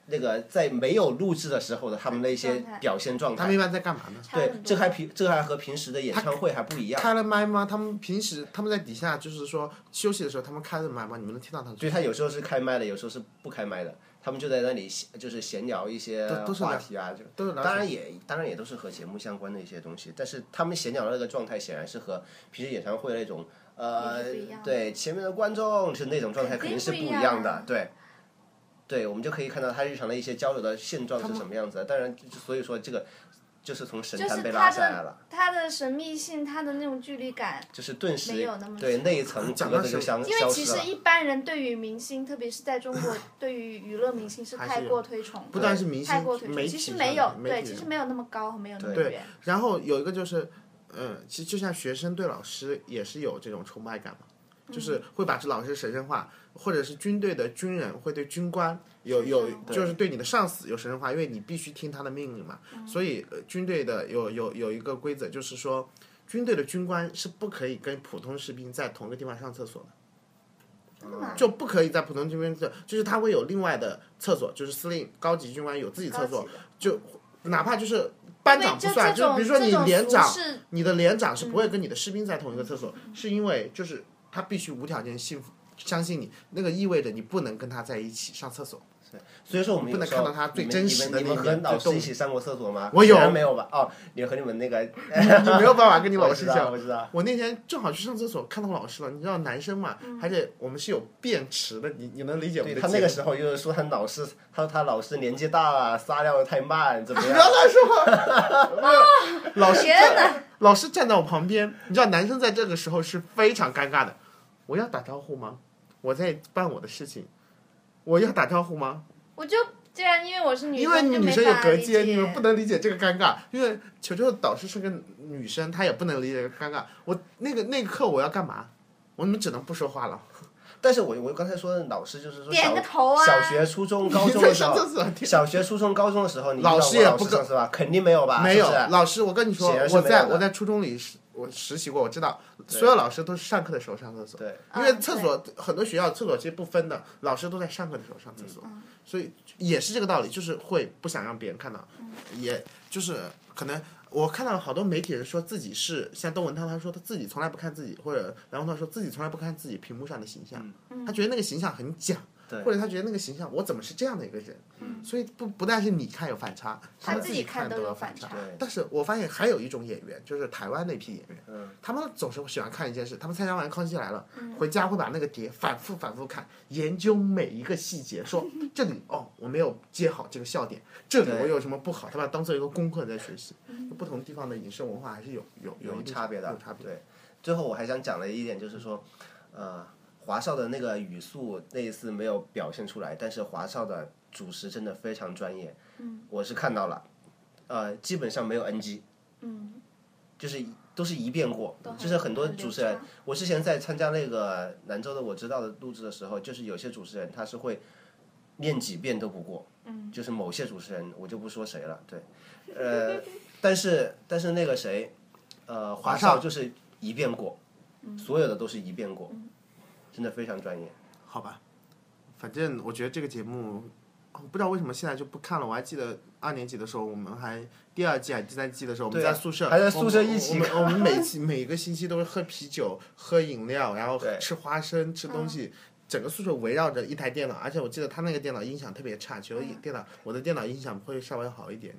Speaker 4: 那个在没有录制的时候的他们的一些
Speaker 3: 状态
Speaker 4: 表现状
Speaker 1: 他
Speaker 4: 态，
Speaker 1: 们一般在干嘛呢？
Speaker 3: 差
Speaker 4: 嗯对
Speaker 3: 很，
Speaker 4: 这
Speaker 3: 多
Speaker 4: 还平这还和平时的演唱会还不一样，
Speaker 1: 开了麦吗？他们平时他们在底下就是说休息的时候，他们开了麦吗？你们能听到他们？
Speaker 4: 所以他有时候是开麦的，有时候是不开麦的。他们就在那里闲就是闲聊一些
Speaker 1: 都都是
Speaker 4: 话
Speaker 1: 聊
Speaker 4: 题啊，就
Speaker 1: 都是聊
Speaker 4: 当然也当然也都是和节目相关的一些东西，但是他们闲聊的那个状态显然是和平时演唱会那种呃
Speaker 3: 也是不一样的
Speaker 4: 对前面的观众是那种状态肯
Speaker 3: 肯
Speaker 4: 定
Speaker 3: 定
Speaker 4: 是
Speaker 3: 不一
Speaker 4: 一
Speaker 3: 样
Speaker 4: 样的
Speaker 3: 啊，
Speaker 4: 对。对，我们就可以看到他日常的一些交流的现状
Speaker 1: 他
Speaker 4: 是
Speaker 1: 们
Speaker 4: 什么样子的。当然，就所以说这个就是从神
Speaker 3: 就
Speaker 4: 坛
Speaker 3: 是
Speaker 4: 被
Speaker 3: 他
Speaker 4: 拉
Speaker 3: 的
Speaker 4: 下来了，
Speaker 3: 它的神秘性，它的那种距离感，
Speaker 4: 就是顿时
Speaker 3: 没有那么
Speaker 4: 对
Speaker 3: 强
Speaker 4: 那一层
Speaker 1: 讲
Speaker 4: 隔
Speaker 1: 到
Speaker 4: 的就
Speaker 1: 神
Speaker 4: 消
Speaker 3: 因为
Speaker 4: 消
Speaker 3: 其
Speaker 4: 失了
Speaker 3: 实。一般人对于明星，特别是在中国，对于娱乐明星是
Speaker 1: 还
Speaker 3: 太
Speaker 1: 是有
Speaker 3: 过推崇的，
Speaker 1: 不但是明星
Speaker 3: 太过推
Speaker 1: 媒
Speaker 3: 崇，其
Speaker 1: 体
Speaker 3: 实
Speaker 1: 上
Speaker 3: 没有
Speaker 1: 的，媒
Speaker 3: 对，
Speaker 1: 体
Speaker 3: 其
Speaker 1: 上
Speaker 3: 实没有那么高和没有那么
Speaker 4: 对
Speaker 3: 远，
Speaker 1: 然后有一个就是，呃，其实就像学生对老师也是有这种崇拜感嘛，
Speaker 3: 嗯
Speaker 1: 就是会把这老师神圣化，或者是军队的军人会对军官有有
Speaker 3: 神圣，化
Speaker 1: 就是对你的上司有神圣化，因为你必须听他的命令嘛。
Speaker 3: 嗯
Speaker 1: 所以、呃军队的有有有一个规则，就是说军队的军官是不可以跟普通士兵在同一个地方上厕所的。
Speaker 3: 真的吗？
Speaker 1: 就不可以在普通军官厕，就是他会有另外的厕所，就是司令高级军官有自己厕所
Speaker 3: 高级的，
Speaker 1: 就哪怕就是班长不
Speaker 3: 就
Speaker 1: 算，
Speaker 3: 这
Speaker 1: 就是
Speaker 3: 种
Speaker 1: 比如说你连
Speaker 3: 这
Speaker 1: 长，
Speaker 3: 种服饰嗯
Speaker 1: 你的连长是不会跟你的士兵在同一个厕所，是因为就是他必须无条件信服相信你，那个意味着你不能跟他在一起上厕所。
Speaker 4: 所以说我们
Speaker 1: 不能
Speaker 4: 有时候
Speaker 1: 看到他最
Speaker 4: 你们
Speaker 1: 真实的
Speaker 4: 你们你
Speaker 1: 那
Speaker 4: 们
Speaker 1: 一面
Speaker 4: 和
Speaker 1: 最
Speaker 4: 老师
Speaker 1: 动
Speaker 4: 一起上过厕所吗？
Speaker 1: 我有
Speaker 4: 显然没有吧？哦，你和你们那个哦
Speaker 1: 你没有办法跟 你老
Speaker 4: 我
Speaker 1: 师
Speaker 4: 知
Speaker 1: 讲
Speaker 4: 道，，我知道。
Speaker 1: 我那天正好去上厕所，看到老师了。你知道男生嘛，
Speaker 3: 嗯
Speaker 1: 而且我们是有便池的，你你能理解我
Speaker 4: 对
Speaker 1: 们的
Speaker 4: 他那个
Speaker 1: 结构
Speaker 4: 时候就是说他老师，他说他老师年纪大了，撒尿的太慢， 怎么
Speaker 1: 不
Speaker 4: 样？
Speaker 1: 要乱说话。老师
Speaker 3: 天哪！
Speaker 1: 老师站在我旁边，你知道男生在这个时候是非常尴尬的。我要打招呼吗？我在办我的事情，我要打招呼吗？
Speaker 3: 我就对啊，因为我是女
Speaker 1: 因
Speaker 3: 生，
Speaker 1: 为
Speaker 3: 就
Speaker 1: 女
Speaker 3: 没
Speaker 1: 生有
Speaker 3: 法
Speaker 1: 隔
Speaker 3: 理
Speaker 1: 间，你
Speaker 3: 解
Speaker 1: 们不能理解这个尴尬。因为球球导师是个女生，她也不能理解这个尴尬。我那个那个课我要干嘛？我们只能不说话了。
Speaker 4: 但是我我刚才说的老师就是说
Speaker 3: 点
Speaker 4: 小
Speaker 3: 个头啊
Speaker 4: 小学、初中、高中
Speaker 1: 你在
Speaker 4: 的时
Speaker 1: 上
Speaker 4: 候
Speaker 1: 厕，所，
Speaker 4: 小学、初中、高中的时候，你遇到
Speaker 1: 老
Speaker 4: 过
Speaker 1: 师也不
Speaker 4: 上是吧？肯定没有 吧？
Speaker 1: 没有
Speaker 4: 是不是
Speaker 1: 老师，我跟你说
Speaker 4: 显然，是
Speaker 1: 我
Speaker 4: 没有
Speaker 1: 在
Speaker 4: 的
Speaker 1: 我在初中里实我实习过，我知道
Speaker 4: 对
Speaker 1: 所有老师都是上课的时候上厕所，
Speaker 4: 对，
Speaker 1: 因为
Speaker 3: 嗯
Speaker 1: 厕所很多学校厕所其实不分的，老师都在上课的时候上厕所，
Speaker 3: 嗯
Speaker 1: 所以也是这个道理，就是会不想让别人看到，也就是可能。我看到好多媒体人说自己是像窦文涛，他说他自己从来不看自己，或者然后他说自己从来不看自己屏幕上的形象，
Speaker 3: 嗯
Speaker 1: 他觉得那个形象很假，
Speaker 4: 对
Speaker 1: 或者他觉得那个形象我怎么是这样的一个人，所以不不但是你看有反差，
Speaker 3: 嗯他
Speaker 1: 们
Speaker 3: 自
Speaker 1: 自
Speaker 3: 己看
Speaker 1: 看
Speaker 3: 都
Speaker 1: 有
Speaker 3: 有反
Speaker 1: 差
Speaker 3: 差。
Speaker 1: 但是我发现还有一种演员，就是台湾那批演员，
Speaker 4: 嗯
Speaker 1: 他们总是喜欢看一件事，他们参加完《康熙来了》回家会把那个碟反复反复看，研究每一个细节，说 这里哦我没有接好这个笑点，这里
Speaker 4: 对
Speaker 1: 我有什么不好，他把它当做一个功课在学习。不同地方的影视文化还是有有
Speaker 4: 嗯有
Speaker 1: 一定
Speaker 4: 差别的，
Speaker 1: 有差别。
Speaker 4: 对，最后我还想讲的一点就是说，呃，华少的那个语速那一次没有表现出来，但是华少的主持真的非常专业，嗯，我是看到了，呃，基本上没有 NG，
Speaker 3: 嗯，
Speaker 4: 就是一都是一遍过
Speaker 3: 都，很
Speaker 4: 就是很多
Speaker 3: 很流
Speaker 4: 主持人
Speaker 3: 畅，
Speaker 4: 我之前在参加那个兰州的我知道的录制的时候，就是有些主持人他是会念几遍都不过，嗯，就是某些主持人我就不说谁了，对，呃，但是但是那个谁，呃，
Speaker 1: 华
Speaker 4: 华
Speaker 1: 少
Speaker 4: 少就是一遍过，
Speaker 3: 嗯
Speaker 4: 所有的都是一遍过，真的非常专业，
Speaker 1: 好吧，反正我觉得这个节目，哦不知道为什么现在就不看了。我还记得二年级的时候，我们还第二季还第三季的时候，我们
Speaker 4: 对啊
Speaker 1: 在宿舍
Speaker 4: 还在宿舍一起
Speaker 1: 我们我们我们每期 每个星期都是喝啤酒、喝饮料，然后
Speaker 4: 对嗯
Speaker 1: 吃花生、吃东西。整个宿舍围绕着一台电脑，而且我记得他那个电脑音响特别差，只有
Speaker 4: 嗯
Speaker 1: 电脑、我的电脑音响会稍微好一点。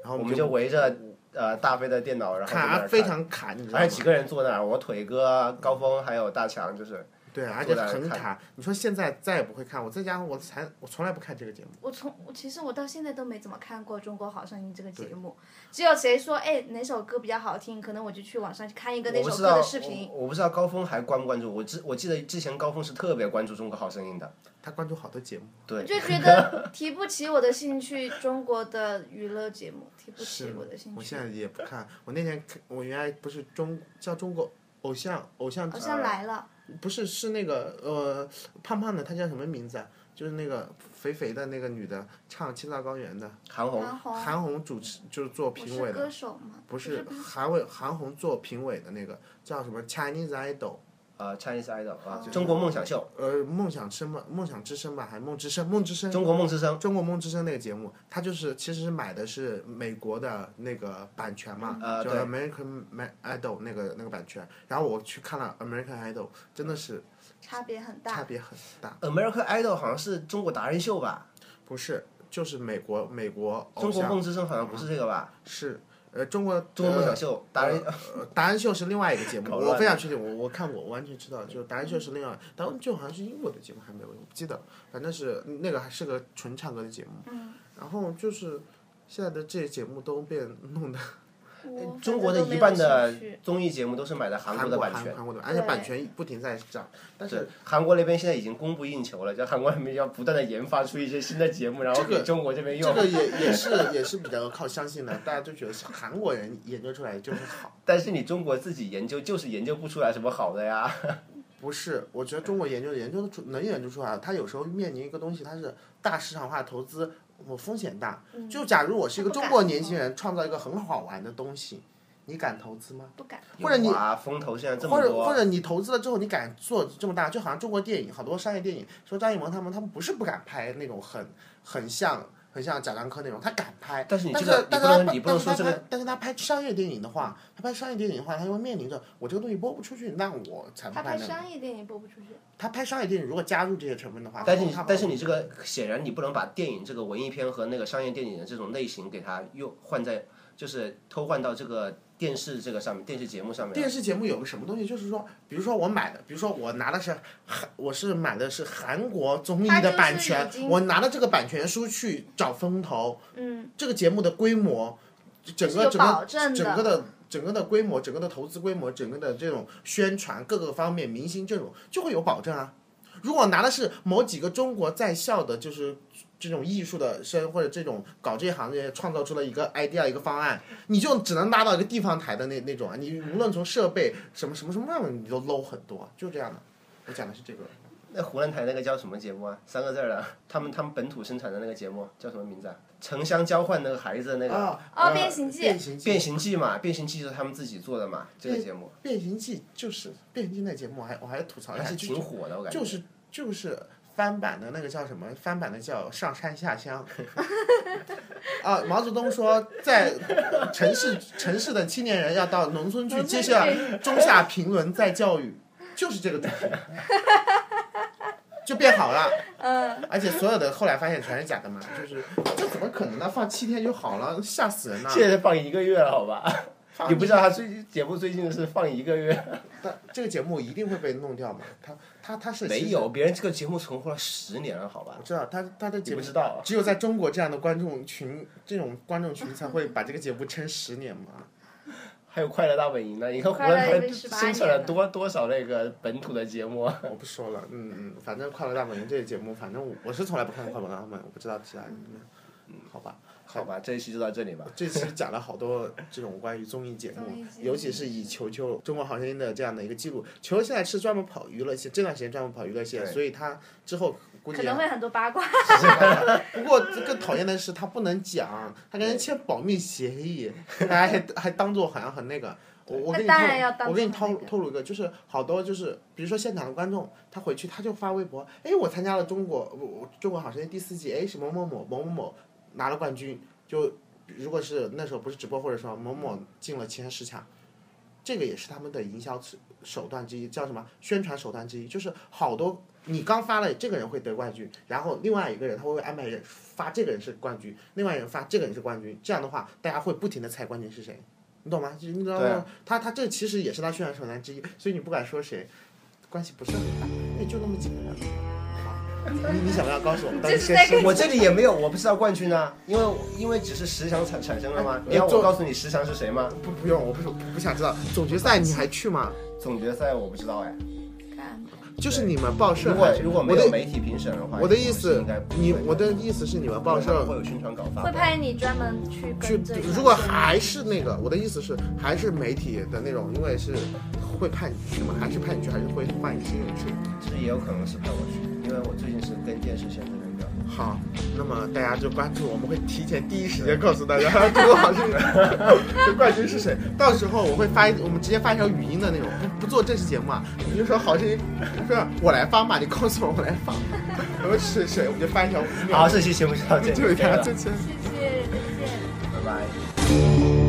Speaker 1: 然后
Speaker 4: 我
Speaker 1: 我
Speaker 4: 们
Speaker 1: 们
Speaker 4: 就围着呃大飞的电脑，然后在那
Speaker 1: 卡、
Speaker 4: 儿
Speaker 1: 啊、非。常卡，你知道
Speaker 4: 还有
Speaker 1: 吗？
Speaker 4: 哎几个人坐那儿，我腿哥、高峰还有大强，就是
Speaker 1: 对，啊而且
Speaker 4: 坐在那儿
Speaker 1: 很
Speaker 4: 看
Speaker 1: 卡。你说现在再也不会看，我在家我才我从来不看这个节目。
Speaker 3: 我从我其实我到现在都没怎么看过《中国好声音》这个节目，只有谁说哎哪首歌比较好听，可能我就去网上去看一个那
Speaker 4: 我不
Speaker 3: 首
Speaker 4: 知
Speaker 3: 歌
Speaker 4: 道
Speaker 3: 的视频。
Speaker 4: 我，我不知道高峰还关不关注。我之我记得之前高峰是特别关注《中国好声音》的，
Speaker 1: 他关注好多节目。
Speaker 3: 我
Speaker 4: 对，
Speaker 3: 就觉 得提不起我的兴趣，中国的娱乐节目提不起
Speaker 1: 是
Speaker 3: 我的兴
Speaker 1: 我
Speaker 3: 趣
Speaker 1: 现。在也不看。我那天看，我原来不是中叫中国偶像偶像
Speaker 3: 好像来了，
Speaker 1: 不是是那个呃胖胖的，她叫什么名字啊？就是那个肥肥的那个女的，唱《青藏高原》的，
Speaker 4: 韩红
Speaker 3: 韩红，
Speaker 1: 韩红主持就是做
Speaker 3: 我
Speaker 1: 评委
Speaker 3: 是
Speaker 1: 的，
Speaker 3: 歌手吗？
Speaker 1: 不是韩伟韩红做评委的那个叫什么 Chinese Idol，
Speaker 4: 呃 Chinese Idol 啊
Speaker 3: 哦，
Speaker 4: 中国梦想秀，
Speaker 1: 呃梦想之梦梦想之声吧，还梦之声梦之声。
Speaker 4: 中国梦之声，
Speaker 1: 中国梦之声那个节目，它就是其实是买的是美国的那个版权嘛，
Speaker 4: 呃
Speaker 1: 就
Speaker 4: 对
Speaker 1: American Ma- Idol 那个那个版权。然后我去看了 American Idol，真的是
Speaker 3: 差别很
Speaker 1: 差
Speaker 3: 大。
Speaker 1: 别很大，
Speaker 4: American Idol 好像是中国达人秀吧？
Speaker 1: 不是就是美国美国偶
Speaker 4: 中国
Speaker 1: 像
Speaker 4: 梦之声好像不是这个吧？
Speaker 1: 是呃中国
Speaker 4: 中国梦想秀，达人
Speaker 1: 呃达人秀是另外一个节目，
Speaker 4: 搞乱了
Speaker 1: 我非常确定，我我看过，我完全知道，就是达人秀是另外，当然就好像是英国的节目，还没有，我不记得了，反正是那个还是个纯唱歌的节目。
Speaker 3: 嗯，
Speaker 1: 然后就是现在的这些节目都被弄得呃
Speaker 3: 我反
Speaker 4: 中
Speaker 3: 正
Speaker 4: 国的
Speaker 3: 都没
Speaker 4: 一
Speaker 3: 有
Speaker 4: 半的
Speaker 3: 兴趣
Speaker 4: 综艺节目都是买的韩国的版权。
Speaker 1: 韩国的，而且
Speaker 3: 对
Speaker 1: 版权不停在涨，但是
Speaker 4: 对，韩国那边现在已经供不应求了，就韩国那边要不断的研发出一些新的节目，然后
Speaker 1: 这个
Speaker 4: 给中国这边
Speaker 1: 这
Speaker 4: 用。
Speaker 1: 个也也是也是比较靠相信的，大家都觉得是韩国人研究出来就是好，
Speaker 4: 但是你中国自己研究就是研究不出来什么好的呀。
Speaker 1: 不是？我觉得中国研究研究得出能研究出来，它有时候面临一个东西，它是大市场化投资，我风险大。就假如我是一个
Speaker 3: 嗯它不
Speaker 1: 中
Speaker 3: 敢
Speaker 1: 国年轻人，创造一个很好玩的东西，你敢投资吗？
Speaker 3: 不敢。
Speaker 1: 或者你
Speaker 4: 有啊，风投现在这
Speaker 1: 或
Speaker 4: 么
Speaker 1: 者
Speaker 4: 多，
Speaker 1: 或者你投资了之后，你敢做这么大？就好像中国电影好多商业电影，说张艺谋他们，他们不是不敢拍那种很很像很像贾樟柯那种，他敢拍，
Speaker 4: 但是你这
Speaker 1: 但
Speaker 4: 个
Speaker 1: 是但
Speaker 4: 你
Speaker 1: 是
Speaker 4: 不
Speaker 1: 他
Speaker 4: 能
Speaker 1: 拍
Speaker 4: 你不
Speaker 1: 但
Speaker 4: 能
Speaker 1: 是他
Speaker 4: 说这个
Speaker 1: 拍但是他拍商业电影的话，他拍商业电影的话，他就会面临着我这个东西播不出去，那我才不
Speaker 3: 他拍
Speaker 1: 那个。
Speaker 3: 商业电影播不出去，
Speaker 1: 他拍商业电影如果加入这些成分的话，
Speaker 4: 但是你
Speaker 1: 他
Speaker 4: 但是你这个显然你不能把电影这个文艺片和那个商业电影的这种类型给它又换在就是偷换到这个电视这个上面电视节目上面。
Speaker 1: 电视节目有个什么东西，就是说，比如说我买的，比如说我拿的是韩，我是买的是韩国综艺
Speaker 3: 它就
Speaker 1: 的
Speaker 3: 是
Speaker 1: 版
Speaker 3: 已
Speaker 1: 权，
Speaker 3: 经
Speaker 1: 我拿了这个版权书去找风投，
Speaker 3: 嗯，
Speaker 1: 这个节目的规模，整
Speaker 3: 是
Speaker 1: 个
Speaker 3: 有
Speaker 1: 整个
Speaker 3: 保证
Speaker 1: 整个
Speaker 3: 的，
Speaker 1: 的整个的规模、整个的投资规模、整个的这种宣传各个方面、明星阵容就会有保证啊。如果拿的是某几个中国在校的，就是这种艺术的生或者这种搞这一行的人创造出了一个 idea 一个方案，你就只能拉到一个地方台的那那种啊。你无论从设备什么什么什么样的，你都 low 很多，就这样的。我讲的是这个，
Speaker 4: 那湖南台那个叫什么节目啊？三个字儿的，他们他们本土生产的那个节目叫什么名字啊？城乡交换那个孩子的那个
Speaker 1: 啊
Speaker 3: 哦变形记
Speaker 1: 变形
Speaker 4: 变
Speaker 1: 记，
Speaker 4: 形记嘛，变形记是他们自己做的嘛，这个
Speaker 1: 对
Speaker 4: 节目
Speaker 1: 变形记就是变形记那节目，我还我还吐槽一
Speaker 4: 还
Speaker 1: 下，
Speaker 4: 是
Speaker 1: 就
Speaker 4: 挺火的，我感觉。
Speaker 1: 就是就是翻版的那个叫什么？翻版的叫上山下乡。 啊，毛泽东说，在城市城市的青年人要到农村去
Speaker 3: 农村
Speaker 1: 接受
Speaker 3: 去
Speaker 1: 中下评论再教育，就是这个主题， 就变好了。
Speaker 3: 嗯，
Speaker 1: 而且所有的后来发现全是假的嘛，就是这怎么可能呢？放七天就好了，吓死人呐、
Speaker 4: 现在放一个月了，好吧？
Speaker 1: 放
Speaker 4: 你不知道他最节目最近是放一个月，
Speaker 1: 但这个节目一定会被弄掉嘛？他他他是
Speaker 4: 没
Speaker 1: 其实
Speaker 4: 有，别人这个节目存活了十年了，好吧
Speaker 1: 我？知道他他的
Speaker 4: 你
Speaker 1: 节
Speaker 4: 不
Speaker 1: 目
Speaker 4: 知道啊，
Speaker 1: 只有在中国这样的观众群，这种观众群才会把这个节目撑十年嘛。
Speaker 4: 还有《快乐大本营》呢？你看湖
Speaker 3: 快
Speaker 4: 南
Speaker 3: 乐
Speaker 4: 台
Speaker 3: 已经18
Speaker 4: 生产
Speaker 3: 年
Speaker 4: 了
Speaker 3: 了
Speaker 4: 多多少那个本土的节目啊？
Speaker 1: 我不说了，嗯，嗯，反正《快乐大本营》这个节目，反正我我是从来不看《快乐大本营》，我不知道其他人怎么样。嗯，好吧，
Speaker 4: 好吧，这一期就到这里吧。
Speaker 1: 这期讲了好多这种关于综艺节目
Speaker 3: 综艺节，目
Speaker 1: 尤其是以球球《中国好声音》的这样的一个记录。球球现在是专门跑娱乐线，这段时间专门跑娱乐线，
Speaker 4: 对
Speaker 1: 所以他之后估
Speaker 3: 可
Speaker 1: 计也啊
Speaker 3: 能会很多八卦，
Speaker 1: 不过更讨厌的是他不能讲，他跟人签保密协议，大家还还当做好像很那个。我我跟你
Speaker 3: 那当然要
Speaker 1: 透，
Speaker 3: 当
Speaker 1: 我跟你
Speaker 3: 做
Speaker 1: 透
Speaker 3: 那
Speaker 1: 露
Speaker 3: 个
Speaker 1: 透露一个，就是好多就是，比如说现场的观众，他回去他就发微博，哎，我参加了中国我我中国好声音第四季，哎，是某某某某某某拿了冠军，就如果是那时候不是直播或者说某某进了前十强，这个也是他们的营销手段之一，叫什么宣传手段之一，就是好多你刚发了这个人会得冠军，然后另外一个人他会安排人发这个人是冠军，另外一个人发这个人是冠军，这样的话大家会不停的猜冠军是谁，你懂吗？就是你知道
Speaker 4: 对
Speaker 1: 吗
Speaker 4: 啊？
Speaker 1: 他他这其实也是他宣传手段之一，所以你不管说谁，关系不是很大，因为就那么几个人。好，你你想不想告诉我们到底
Speaker 3: 这是
Speaker 1: 谁
Speaker 3: 在
Speaker 1: 是
Speaker 3: 跟
Speaker 4: 我这里也没有，我不知道冠军啊，因为因为只是十强产产生了
Speaker 1: 哎
Speaker 4: 吗？你要我告诉你十强是谁吗？
Speaker 1: 不不用，我不是不想知道。总决赛你还去吗？
Speaker 4: 总决赛我不知道哎。
Speaker 3: 看
Speaker 1: 啊就是你们报社
Speaker 4: 如果
Speaker 1: 还是，
Speaker 4: 如果没
Speaker 1: 我的
Speaker 4: 有媒体评审的话，
Speaker 1: 我的意
Speaker 4: 是
Speaker 1: 思
Speaker 4: 应该不，
Speaker 1: 你
Speaker 4: 会
Speaker 1: 我的意思是你们报
Speaker 4: 因为他们
Speaker 1: 社
Speaker 4: 会有宣传稿发
Speaker 3: 会
Speaker 4: 的。
Speaker 3: 派你专门去
Speaker 1: 去
Speaker 3: 跟这一，
Speaker 1: 如果还是那个，我的意思是还是媒体的那种，因为是会派你去嘛，还是派你去，还是会换一些人去。
Speaker 4: 其实也有可能是派我去，因为我最近是跟电视圈的那个。
Speaker 1: 好，那么大家就关注，我们会提前第一时间告诉大家 这个好是这冠军是谁。到时候我会发一，我们直接发一条语音的那种，不不做正式节目啊，我们就说好声音，不是我来发嘛，你告诉我我来发， 我说是谁，我们就发一条五秒。
Speaker 4: 好，这期节目就到这里，
Speaker 1: 就是他，
Speaker 4: 拜
Speaker 1: 就先。
Speaker 3: 谢谢，再见。
Speaker 4: 拜。